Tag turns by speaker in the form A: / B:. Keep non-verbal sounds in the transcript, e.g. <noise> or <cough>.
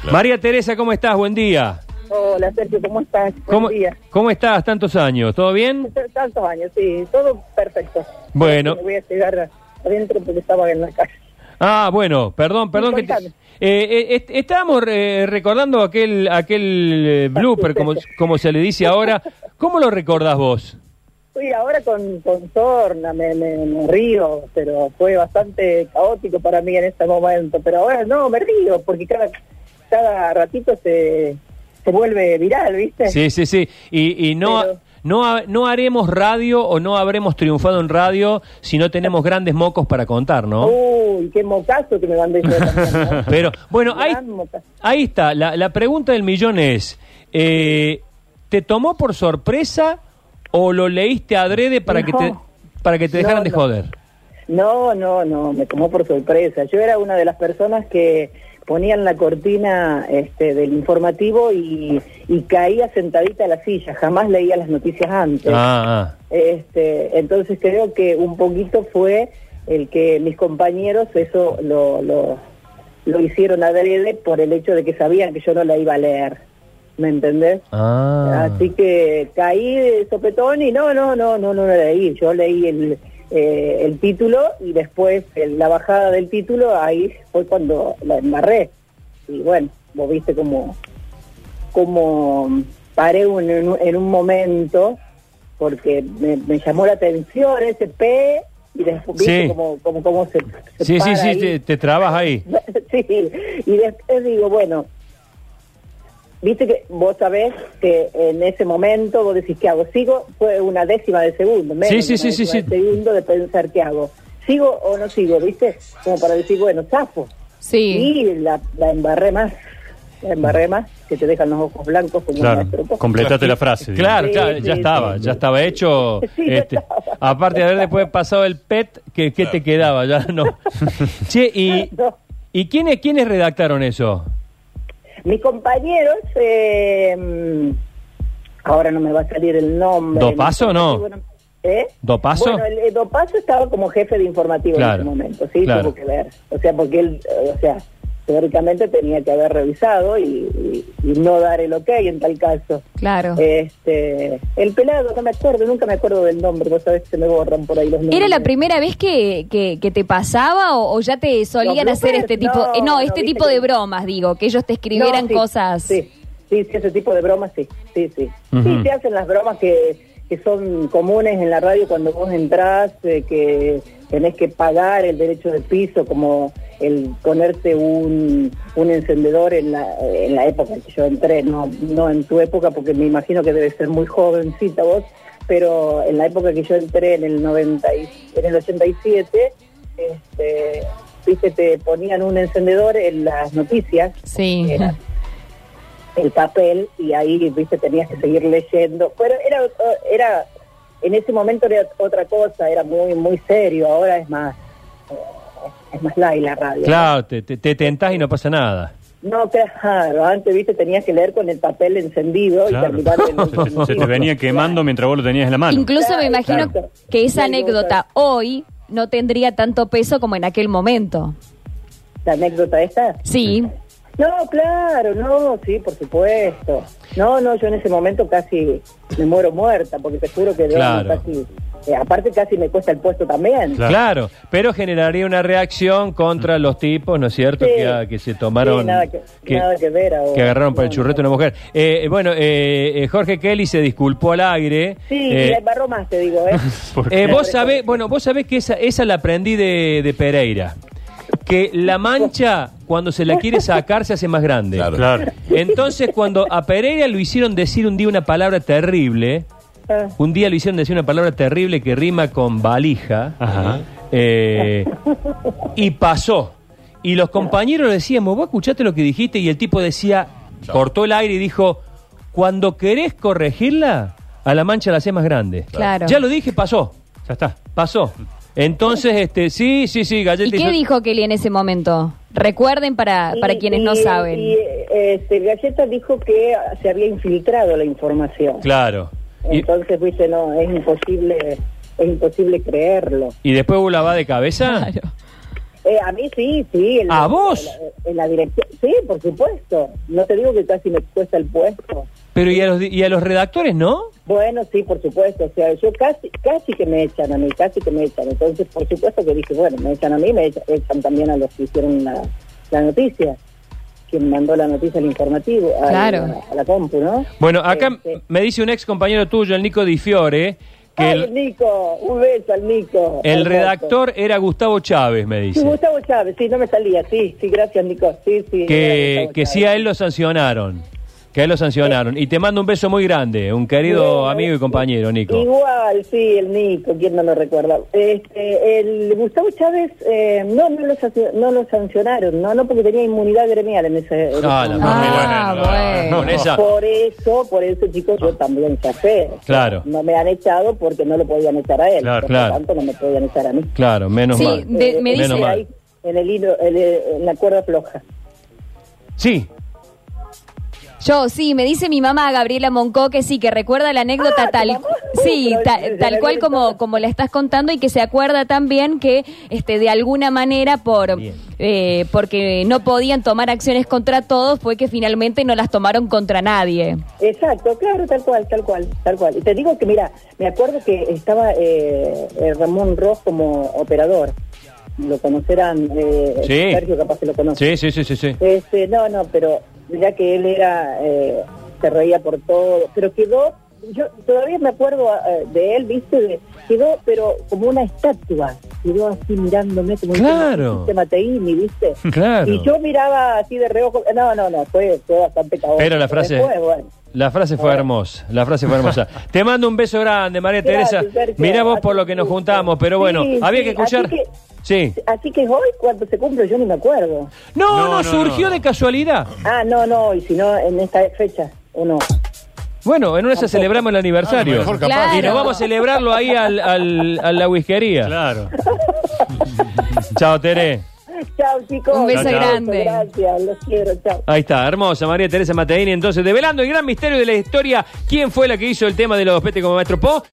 A: Claro.
B: María Teresa, ¿cómo estás? Buen día.
C: Hola, Sergio, ¿cómo estás?
B: ¿Cómo,
C: Buen día.
B: ¿Cómo estás? Tantos años. ¿Todo bien?
C: Tantos años, sí, todo perfecto.
B: Bueno.
C: Me voy a llegar adentro porque estaba en la casa.
B: Ah, bueno, perdón, perdón. Que te-
C: Contame.
B: Eh, eh, est- estábamos eh, recordando aquel aquel eh, blooper, como, como se le dice ahora. ¿Cómo lo recordás vos?
C: Fui ahora con, con sorna, me, me- me río, pero fue bastante caótico para mí en ese momento. Pero ahora no, me río porque cada, cada ratito se, se vuelve viral, ¿viste?
B: Sí, sí, sí. Y, y no,
C: Pero-
B: no, ha- no haremos radio o no habremos triunfado en radio si no tenemos grandes mocos para contar,
C: Uh.
B: ¿no?
C: Uy, qué mocazo que me mandé yo también, ¿no?
B: Pero, <laughs> bueno, ahí,
C: Gran mocazo.
B: ahí está. La, la pregunta del millón es, eh, ¿te tomó por sorpresa o lo leíste adrede para, que, te,
C: No.
B: para que te dejaran
C: No,
B: de
C: no.
B: joder?
C: No, no, no, me tomó por sorpresa. Yo era una de las personas que ponían la cortina este, del informativo y, y caía sentadita a la silla, jamás leía las noticias antes.
B: Ah, ah.
C: Este, entonces creo que un poquito fue el que mis compañeros eso lo, lo, lo hicieron adrede por el hecho de que sabían que yo no la iba a leer, ¿me entendés?
B: Ah.
C: Así que caí de sopetón y no, no, no, no, no, no leí. Yo leí el, eh, el título y después en la bajada del título, ahí fue cuando la embarré. Y bueno, vos viste como, como paré un- en, un- en un momento porque me, me llamó la atención ese P y después viste
B: Sí.
C: como, como, como se, se
B: Sí, sí,
C: para
B: sí,
C: ahí.
B: te, te trabas ahí.
C: <laughs> Sí, y después digo, bueno, viste que vos sabés que en ese momento vos decís, ¿qué hago? ¿Sigo? Fue una décima de segundo, menos
B: Sí, sí,
C: de una
B: sí, sí,
C: décima
B: sí.
C: de segundo de pensar, ¿qué hago? ¿Sigo o no sigo? ¿Viste? Como para decir, bueno, zafo.
D: Sí.
C: Y la, la embarré más, la embarré más, que te dejan los ojos blancos como
E: Claro,
C: nuestro. <laughs>
E: completate la frase. digamos.
B: Claro,
C: Sí,
B: claro,
C: sí,
B: ya
C: sí,
B: estaba,
C: sí.
B: ya estaba hecho.
C: <laughs> Sí, ya
B: este,
C: estaba.
B: Aparte de haber después pasado el PET, ¿qué, qué te quedaba? Ya <laughs> no. Che, ¿y,
C: No.
B: y quiénes, quiénes redactaron eso?
C: Mis compañeros, eh, mm, ahora no me va a salir el nombre.
B: ¿Do Paso, no?
C: Bueno, ¿Eh?
B: ¿Do Paso?
C: Bueno, el, el Do Paso estaba como jefe de informativo
B: Claro,
C: en ese momento, sí,
B: claro.
C: tuvo que ver. O sea, porque él, eh, o sea, teóricamente tenía que haber revisado y, y- y no dar el ok en tal caso.
D: Claro.
C: Este, el pelado, no me acuerdo, nunca me acuerdo del nombre, vos sabés que se me borran por ahí los nombres.
D: ¿Era la primera vez que, que, que te pasaba o, o ya te solían
C: Los
D: hacer
C: bloopers,
D: este tipo,
C: no,
D: eh, no,
C: no,
D: este
C: viste
D: tipo de
C: que-
D: bromas, digo, que ellos te escribieran
C: No, sí,
D: cosas?
C: Sí, sí, sí, ese tipo de bromas, sí, sí, sí.
B: Ujú.
C: Sí, se hacen las bromas que, que son comunes en la radio cuando vos entrás, eh, que tenés que pagar el derecho de piso, como el ponerte un, un encendedor en la, en la época en que yo entré, no, no en tu época, porque me imagino que debes ser muy jovencita vos, pero en la época que yo entré, en el, 90 y- en el 87, este, viste, te ponían un encendedor en las noticias
D: Sí.
C: era el papel y ahí viste tenías que seguir leyendo pero era era en ese momento era otra cosa era muy muy serio ahora es más eh, es más light la radio
B: Claro, te, te, te tentás y no pasa nada.
C: no claro antes viste tenías que leer con el papel encendido
E: Claro.
C: y terminar
E: <laughs>
C: en
E: Se, te- se te venía quemando mientras vos lo tenías en la mano.
D: Incluso
C: Claro,
D: me imagino
C: claro.
D: que esa
C: Sí, hay
D: anécdota hoy no tendría tanto peso como en aquel momento.
C: la anécdota esta
D: Sí.
C: No, claro, no, sí, por supuesto. No, no, yo en ese momento casi me muero muerta, porque te juro que de
B: Claro.
C: casi, eh, aparte casi me cuesta el puesto también.
B: Claro. pero generaría una reacción contra los tipos, ¿no es cierto?
C: Sí.
B: Que, ah, que se tomaron.
C: Sí, nada que- nada que ver ahora.
B: que agarraron para el
C: No,
B: churrete a
C: no.
B: una mujer. Eh, bueno, eh, eh, Jorge Kelly se disculpó al aire.
C: Sí,
B: Eh,
C: y la embarró más, te digo,
E: <laughs>
C: ¿eh?
E: ¿Por
B: Eh,
E: qué?
B: vos sabés, bueno, vos sabés que esa, esa la aprendí de, de Pereira. Que la mancha, cuando se la quiere sacar, se hace más grande.
A: Claro.
E: Claro.
B: Entonces, cuando a Pereira lo hicieron decir un día una palabra terrible,
C: Ah,
B: un día lo hicieron decir una palabra terrible que rima con valija,
E: Ajá.
B: eh, y pasó. Y los compañeros le decíamos, vos escuchaste lo que dijiste, y el tipo decía,
A: Chao.
B: cortó el aire y dijo, cuando querés corregirla, a la mancha la haces más grande.
D: Claro.
B: Ya lo dije, pasó. Ya está, pasó. Entonces, este, sí, sí, sí, galleta
D: ¿Y qué
B: sol-
D: dijo Kelly en ese momento? Recuerden para,
C: y-
D: para quienes
C: y-
D: no saben.
C: Y, eh, este, Galleta dijo que se había infiltrado la información.
B: Claro. Y,
C: Entonces, viste, no, es imposible, es imposible creerlo.
B: y después hubo lavada de cabeza.
D: Claro.
C: Eh, a mí sí, sí. en
B: ¿A vos?
C: En la, en la dirección. Sí, por supuesto. No te digo que casi me cuesta el puesto.
B: Pero ¿y a los, di- y a los redactores no?
C: Bueno, sí, por supuesto. O sea, yo casi, casi que me echan a mí, casi que me echan. Entonces, por supuesto que dije, bueno, me echan a mí, me echa- echan, también a los que hicieron la, la noticia. Quien mandó la noticia al informativo, al-
D: Claro.
C: a, la compu, ¿no?
B: Bueno, acá
C: Este,
B: me dice un ex compañero tuyo, el Nico Di Fiore, que
C: ¡Ay,
B: el,
C: el Nico! Un beso al Nico.
B: el
C: Hermoso.
B: redactor era Gustavo Chávez, me
C: Sí,
B: dice.
C: Gustavo Chávez, sí, no me salía. Sí, sí, gracias, Nico. Sí, sí. era
B: Que,
C: Gustavo
B: que
C: Chávez.
B: sí a él lo sancionaron. Que a él lo sancionaron. Y te mando un beso muy grande, un querido
C: Bueno,
B: amigo y compañero, Nico.
C: Igual, sí, el Nico, quién no lo recuerda. Este, el Gustavo Chávez, eh, no, no lo, sancio- no lo sancionaron, no, no, porque tenía inmunidad gremial en ese. en
B: Ah, la
C: ese momento.
D: Ah,
E: bueno.
B: Con esa-
C: Por eso, por eso, chicos, yo también chafé.
B: Claro.
C: No me han echado porque no lo podían echar a él.
E: Claro,
C: por
B: claro.
C: lo tanto, no me podían echar a mí.
B: Claro, menos
D: Sí,
B: mal.
D: de- me
B: Menos
D: dice-
B: mal.
C: ahí, en el hilo, el- en la cuerda floja.
B: Sí,
D: Yo, sí, me dice mi mamá Gabriela Moncó que sí, que recuerda la anécdota
C: Ah,
D: tal,
C: tu mamá.
D: sí,
C: Pero
D: ta-
C: se la
D: tal
C: había
D: cual como,
C: olvidado.
D: como la estás contando y que se acuerda también que este, de alguna manera por
B: Bien.
D: eh, porque no podían tomar acciones contra todos fue que finalmente no las tomaron contra nadie.
C: Exacto, claro, tal cual, tal cual, tal cual. Y te digo que, mira, me acuerdo que estaba eh, eh, Ramón Ross como operador. Lo conocerán, eh,
B: Sí.
C: Sergio capaz que lo conoce.
B: sí, sí, sí, sí. sí.
C: Este, no, no, pero ya que él era, eh, se reía por todo, pero quedó, yo todavía me acuerdo eh, de él, viste, De- quedó, pero como una estatua, quedó así mirándome como
B: Claro.
C: diciendo, "Este Mateini, viste.
B: Claro.
C: Y yo miraba así de reojo, no, no, no, fue, fue bastante caótico.
B: Pero la frase,
C: Después, bueno.
B: la frase fue hermosa, la frase fue
C: <laughs>
B: hermosa. Te mando un beso grande, María
C: Gracias,
B: Teresa.
C: Sergio.
B: Mirá vos
C: Así
B: por lo que nos
C: es.
B: juntamos, pero bueno,
C: Sí,
B: había
C: sí,
B: que escuchar.
C: así que-
B: Sí.
C: Así que es hoy cuando se cumple, yo ni me acuerdo.
B: No, no,
E: No, no,
B: surgió
E: no.
B: de casualidad.
C: Ah, no, no, y si no, en esta fecha, uno.
B: Bueno, en una se celebramos el
A: Ah,
B: aniversario.
A: mejor capaz.
D: Claro.
B: Y nos vamos a celebrarlo ahí al, al- a la whiskería.
E: Claro.
B: Chao, Tere.
C: Chao, chicos.
D: Un beso
E: Chao, chao.
D: grande.
C: Gracias, los quiero, chao.
B: Ahí está, hermosa María Teresa Mateini. Entonces, develando el gran misterio de la historia, ¿quién fue la que hizo el tema de los pete como maestro Po?